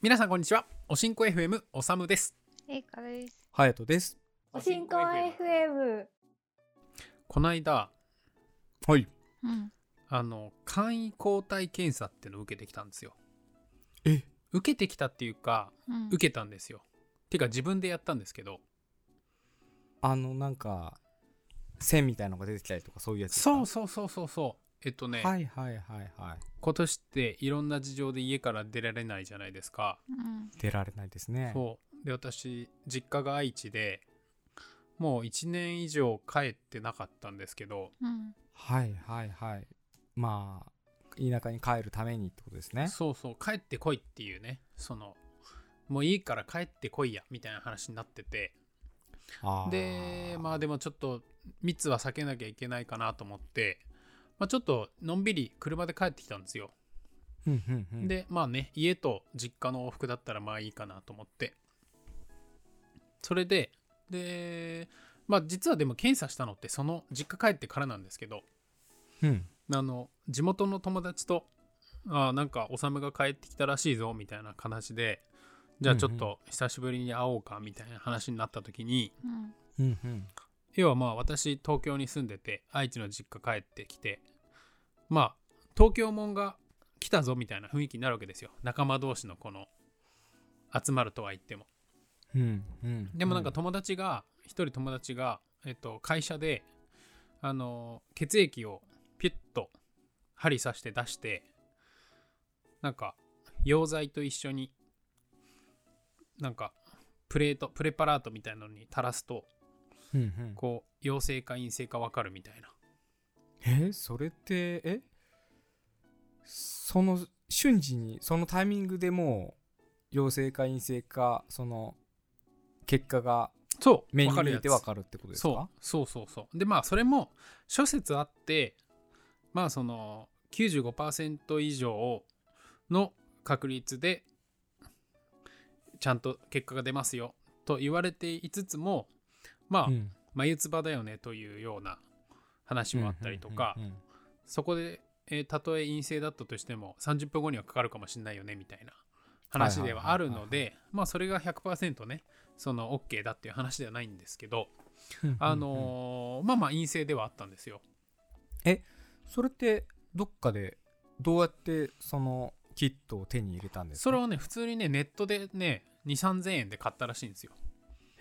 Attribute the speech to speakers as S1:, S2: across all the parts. S1: 皆さんこんにちはおしんこ FM おさむです
S2: えいかです。
S3: ハヤトです。
S4: おしんこ FM。
S1: この間
S3: はい。
S2: うん。
S1: あの簡易抗体検査っていうのを受けてきたんですよ
S3: え、
S1: 受けてきたっていうか
S2: うん、
S1: 受けたんですよてか自分でやったんですけど
S3: あのなんか線みたいのが出てきたりとかそういうやつですか。
S1: そうそうそうそうそうえっとね、
S3: はいはいはいはい。
S1: 今年っていろんな事情で家から出られないじゃないですか、
S2: うん。
S3: 出られないですね。
S1: そうで私実家が愛知でもう1年以上帰ってなかったんですけど
S2: うん。
S3: はいはいはい。まあ田舎に帰るためにってことですね。
S1: そうそう帰ってこいっていうねそのもういいから帰ってこいやみたいな話になってて
S3: あー
S1: でまあでもちょっと密は避けなきゃいけないかなと思って、まあ、ちょっとのんびり車で帰ってきたんですよ、
S3: うんうんうん。
S1: でまあね家と実家の往復だったらまあいいかなと思ってそれででまあ実はでも検査したのってその実家帰ってからなんですけど
S3: うん。
S1: あの地元の友達と「あーなんか修が帰ってきたらしいぞ」みたいな形でじゃあちょっと久しぶりに会おうかみたいな話になった時に、
S2: うん。
S3: うんうん。
S1: 要はまあ私東京に住んでて愛知の実家帰ってきてまあ東京門が来たぞみたいな雰囲気になるわけですよ仲間同士のこの集まるとは言っても
S3: うんうん。
S1: でもなんか友達が一人友達が、えっと、会社であの血液をピュッと針刺して出してなんか溶剤と一緒になんかプレートプレパラートみたいなのに垂らすと
S3: うんうん。
S1: こう陽性か陰性か分かるみたいな
S3: え、それってえ、その瞬時にそのタイミングでもう陽性か陰性かその結果が
S1: そう
S3: 目に
S1: 分か
S3: 見
S1: る
S3: え
S1: や
S3: て
S1: つ
S3: わかるってことですか
S1: そうそうそうそうでまあそれも諸説あってまあその95%以上の確率でちゃんと結果が出ますよと言われていつつもまあ、
S3: うん
S1: 眉唾だよねというような話もあったりとか、
S3: うんうんうん
S1: そこで、えーたとえ陰性だったとしても30分後にはかかるかもしれないよねみたいな話ではあるの
S3: はい
S1: でまあそれが100%ねその OK だっていう話ではないんですけど
S3: うんうんうん
S1: あのーまあまあ陰性ではあったんですよ。
S3: それってどっかでどうやってそのキットを手に入れたんですか
S1: それをね普通にねネットでね2 3千円で買ったらしいんですよ。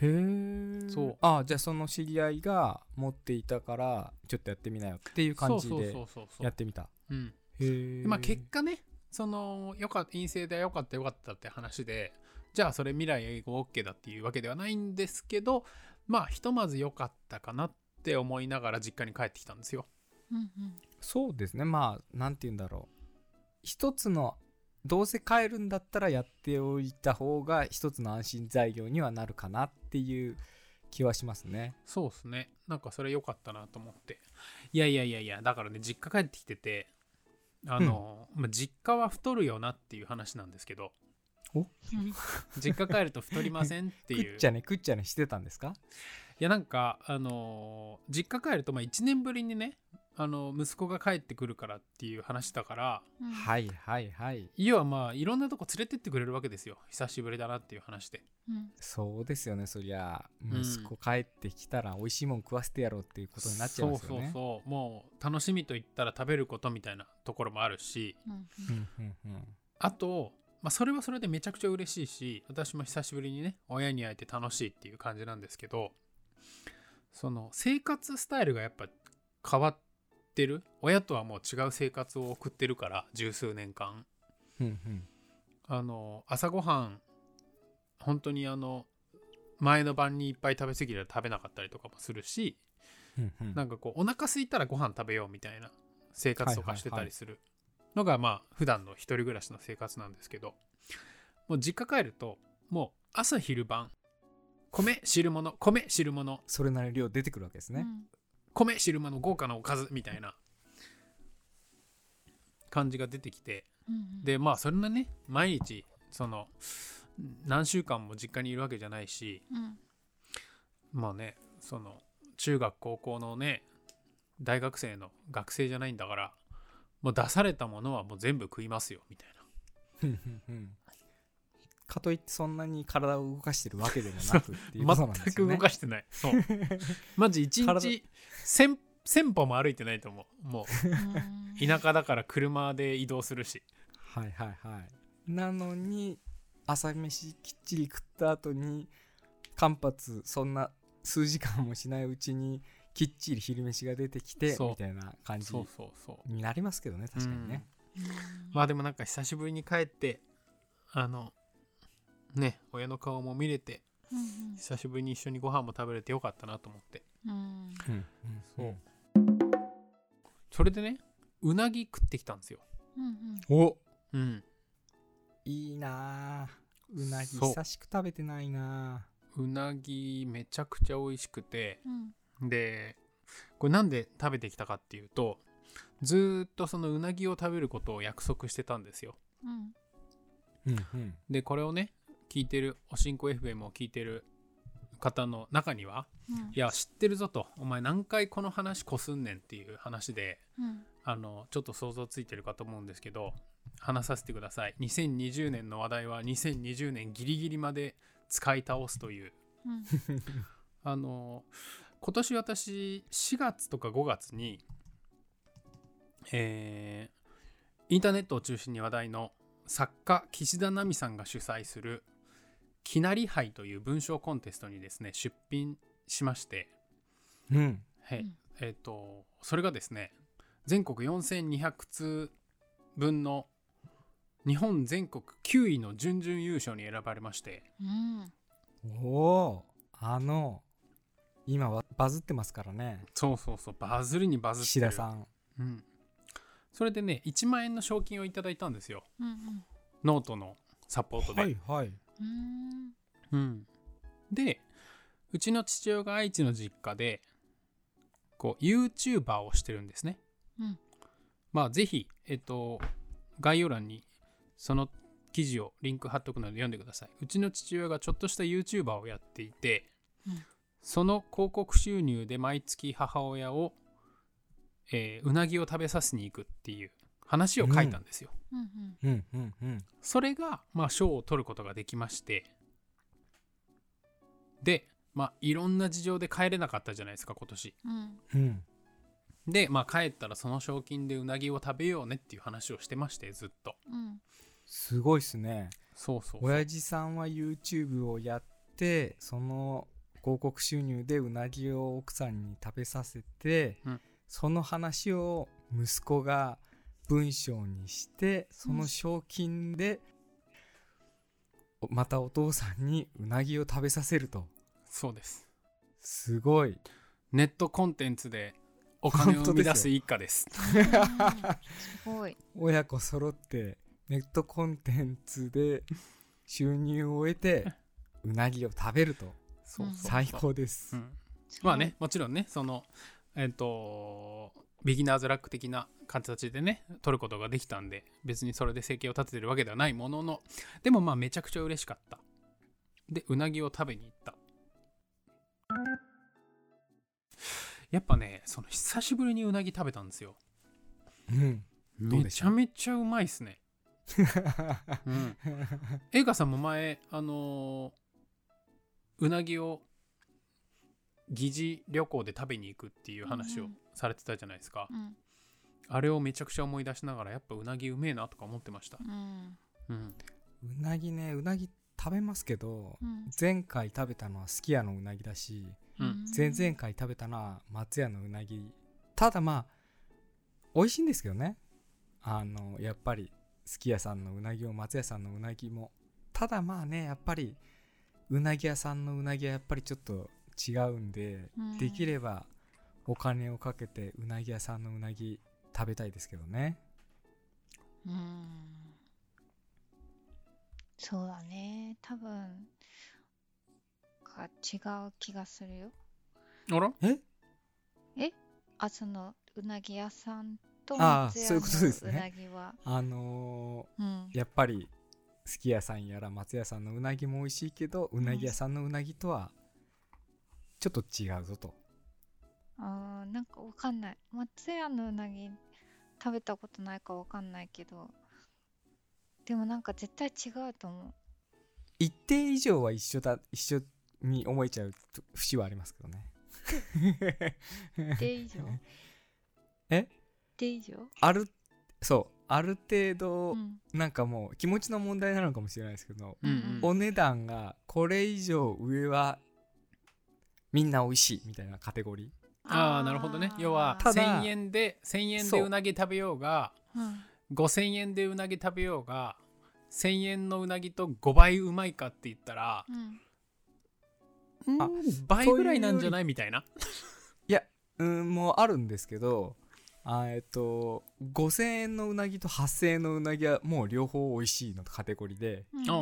S3: へえ
S1: そう
S3: あじゃあその知り合いが持っていたからちょっとやってみなよっていう
S1: そ
S3: 感
S1: う
S3: じ
S1: そう
S3: で
S1: そうそうそ
S3: やっ
S1: う。
S3: てみた
S1: うん、
S3: へえ
S1: まあ結果ねそのよか陰性でよかったよかったって話でじゃあそれ未来英語 OK だっていうわけではないんですけどまあひとまず良かったかなって思いながら実家に帰ってきたんですよ。
S2: うん。
S3: そうですねまあなんて言うんだろう一つのどうせ帰るんだったらやっておいた方が一つの安心材料にはなるかなっていう気はしますね
S1: そうですね。なんかそれ良かったなと思って。いやいやいやいや、だからね、実家帰ってきてて、あの、まあ、実家は太るよなっていう話なんですけど、
S2: うん
S1: 実家帰ると太りませんってい
S3: く
S1: う。
S3: っちゃねくっちゃねしてたんですか
S1: いやなんかあのー実家帰るとまあ1年ぶりにねあの息子が帰ってくるからっていう話だから
S2: うん。い。
S3: はいはいはい
S1: 家はまあいろんなとこ連れてってくれるわけですよ久しぶりだなっていう話で
S2: うん。
S3: そうですよねそりゃ
S1: うん
S3: 息子帰ってきたら美味しいもん食わせてやろうっていうことになっちゃいますよ
S1: そうそう
S3: ね
S1: そうもう楽しみと言ったら食べることみたいなところもあるし
S2: うん。
S3: うんうんうん
S1: あと、まあ、それはそれでめちゃくちゃ嬉しいし私も久しぶりにね親に会えて楽しいっていう感じなんですけどその生活スタイルがやっぱ変わってる親とはもう違う生活を送ってるから十数年間
S3: うんうん
S1: あの朝ごはん本当にあの前の晩にいっぱい食べ過ぎたら食べなかったりとかもするし
S3: うんうん
S1: なんかこうお腹空いたらご飯食べようみたいな生活とかしてたりするのがまあ普段の一人暮らしの生活なんですけどもう実家帰るともう朝昼晩米汁物米汁物
S3: それなりの量出てくるわけです
S2: う
S3: ね
S2: ん。
S1: 米汁物豪華なおかずみたいな感じが出てきて
S2: うん。
S1: でまあそんなね毎日その何週間も実家にいるわけじゃないし
S2: うん。
S1: まあねその中学高校のね大学生の学生じゃないんだからもう出されたものはもう全部食いますよみたいな
S3: うんうんうんかといってそんなに体を動かしてるわけでもなくっていうことなんで
S1: 全
S3: すよ
S1: く
S3: ね
S1: 動かしてないそうマジ一
S3: 体
S1: 日1000 1000歩も歩いてないと思うもう田舎だから車で移動するし
S3: はいはいはいなのに朝飯きっちり食った後に間髪そんな数時間もしないうちにきっちり昼飯が出てきて
S1: そう
S3: みたいな感じ
S1: そうそうそう
S3: になりますけどね確かにね、
S1: まあでもなんか久しぶりに帰ってあのね親の顔も見れて久しぶりに一緒にご飯も食べれてよかったなと思って
S3: うん
S1: そうそれでねうなぎ食ってきたんですよ
S3: お
S1: うん
S3: いいなあうなぎ
S1: そう
S3: 久しく食べてないなあ
S1: うなぎめちゃくちゃ美味しくてでこれなんで食べてきたかっていうとずーっとそのうなぎを食べることを約束してたんですよ
S3: うんうん
S1: でこれをね聞いてるおしんこ FM を聞いてる方の中にはいや知ってるぞとお前何回この話こすんねんっていう話であのちょっと想像ついてるかと思うんですけど話させてください2020年の話題は2020年ギリギリまで使い倒すというあの今年私4月とか5月にえーインターネットを中心に話題の作家岸田奈美さんが主催する「きなり杯」という文章コンテストにですね出品しまして、
S3: うん
S1: はい
S2: うん
S1: えっ、とそれがですね全国4200通分の日本全国9位の準々優勝に選ばれまして
S3: おおあの今はバズってますからね
S1: そうそうそうバズりにバズってる
S3: 岸田さん
S1: うん、それでね1万円の賞金をいただいたんですよノートのサポートで、
S3: はい
S1: うん、でうちの父親が愛知の実家でこう YouTuber をしてるんですねまあぜひえっと概要欄にその記事をリンク貼っとくので読んでくださいうちの父親がちょっとした YouTuber をやっていて、
S2: うん
S1: その広告収入で毎月母親を、えーうなぎを食べさせに行くっていう話を書いたんですよ、
S3: うんうんうん
S1: それが、まあ、賞を取ることができまして、で、まあ、いろんな事情で帰れなかったじゃないですか、今年。
S3: うん
S1: で、まあ、帰ったらその賞金でうなぎを食べようねっていう話をしてまして、ずっと。
S3: すごいっすね
S1: そうそうそう。
S3: 親父さんは YouTube をやってその広告収入でうなぎを奥さんに食べさせて、
S1: うん
S3: その話を息子が文章にしてその賞金で、おまたお父さんにうなぎを食べさせると
S1: そうです。
S3: すごい
S1: ネットコンテンツでお金を
S3: 本
S1: 生
S3: 当
S1: み
S3: ですよ
S1: 出す一家です。
S3: 親子揃ってネットコンテンツで収入を得てうなぎを食べると
S1: そうそうそう
S3: 最高です、
S1: うんまあね、もちろんね、その、えっ、と、ビギナーズラック的な形でね、取ることができたんで、別にそれで生計を立ててるわけではないものの、でもまあめちゃくちゃ嬉しかった。で、うなぎを食べに行った。やっぱね、その久しぶりにうなぎ食べたんですよ。
S3: うんどう
S1: め
S3: でし
S1: ち
S3: た
S1: ゃめちゃうまいっすね。うん。映画さんも前、あのーうなぎを疑似旅行で食べに行くっていう話を
S2: うんうん
S1: されてたじゃないですか、あれをめちゃくちゃ思い出しながらやっぱうなぎうめえなとか思ってました、うん、
S3: うなぎねうなぎ食べますけど前回食べたのはすき家のうなぎだし前々回食べたのは松屋のうなぎただまあ美味しいんですけどねあのやっぱりすき家さんのうなぎも松屋さんのうなぎもただまあねやっぱりうなぎ屋さんのうなぎはやっぱりちょっと違うんで、
S2: うん
S3: できればお金をかけてうなぎ屋さんのうなぎ食べたいですけどね
S2: うーんそうだね多分が違う気がするよ
S1: あら
S2: あそのうなぎ屋さんと
S3: ああ
S2: 松屋
S3: そうい
S2: の
S3: うことですね
S2: うなぎは
S3: あのー
S2: うん
S3: やっぱりすき家さんやら松屋さんのうなぎも美味しいけどうなぎ屋さんのうなぎとはちょっと違うぞと
S2: あーなんかわかんない松屋のうなぎ食べたことないかわかんないけどでもなんか絶対違うと思
S3: 一定以上は一緒だ一緒に思えちゃうと節はありますけどね
S2: で以上
S3: え
S2: で以上
S3: あるそうある程度、
S2: うん
S3: なんかもう気持ちの問題なのかもしれないですけど、
S1: うんうん
S3: お値段がこれ以上上はみんな美味しいみたいなカテゴリ
S1: ああなるほどね要は
S3: ただ
S1: 1000円で1000円で
S3: そう
S1: うなぎ食べようが
S2: うん
S1: 5000円でうなぎ食べようが1000円のうなぎと5倍うまいかって言ったら
S2: うん
S1: うん
S3: あ
S1: 倍ぐらいなんじゃないみたいな
S3: ーうんもうあるんですけどあーえっと5000円のうなぎと8000円のうなぎはもう両方美味しいのカテゴリーで
S2: うん
S1: あ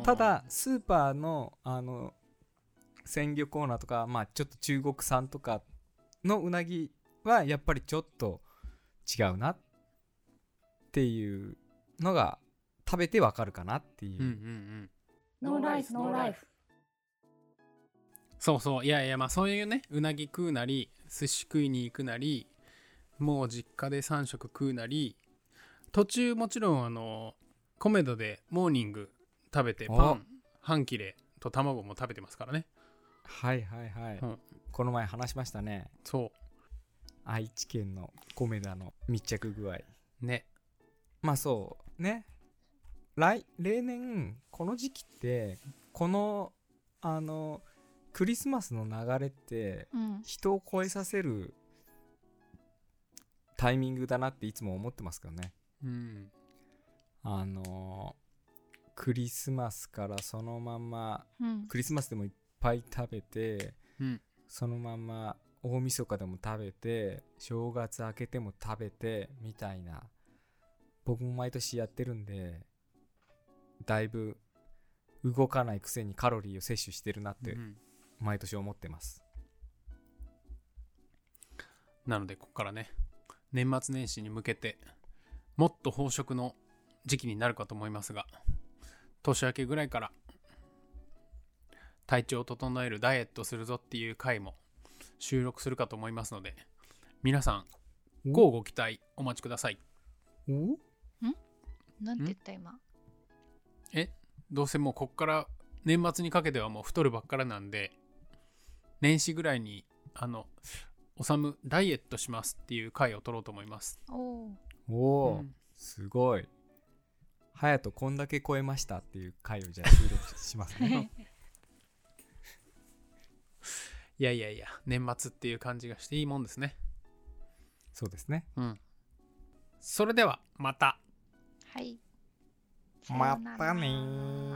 S1: ー
S3: ただスーパーのあの鮮魚コーナーとか、まあ、ちょっと中国産とかのうなぎはやっぱりちょっと違うなっていうのが食べてわかるかなっていう、
S1: うんうんうん
S4: ノーライフ、ノーライフ。
S1: そうそういやいやまあそういうねうなぎ食うなり寿司食いに行くなりもう実家で3食食うなり途中もちろんあのコメドでモーニング食べてパ
S3: あ
S1: ン半切れと卵も食べてますからね
S3: はいはいはい、
S1: うん
S3: この前話しましたね
S1: そ
S3: 愛知県の米田の密着具合
S1: うね
S3: まあそうね来例年この時期ってこのあのクリスマスの流れって
S2: うん
S3: 人を超えさせるタイミングだなっていつも思ってますけどね
S1: うん
S3: あのクリスマスからそのまま
S2: うん
S3: クリスマスでもいっぱい食べて
S1: うん
S3: そのまま大晦日でも食べて正月明けても食べてみたいな僕も毎年やってるんでだいぶ動かないくせにカロリーを摂取してるなっ
S1: う
S3: て
S1: ん
S3: 毎年思ってます、
S1: なのでここからね年末年始に向けてもっと飽食の時期になるかと思いますが年明けぐらいから体調を整えるダイエットするぞっていう回も収録するかと思いますので皆さんごご期待お待ちください
S3: お
S2: なんて言った今
S1: どうせもうこっから年末にかけてはもう太るばっからなんで年始ぐらいにあの「おさむダイエットします」っていう回を取ろうと思います、
S2: おー
S3: おー、
S1: うん
S3: すごい隼人こんだけ超えましたっていう回をじゃあ収録します ね
S1: いやいやいや年末っていう感じがしていいもんですね
S3: そうですね
S1: うん。それではまた。
S2: はい
S3: またね
S2: さようなら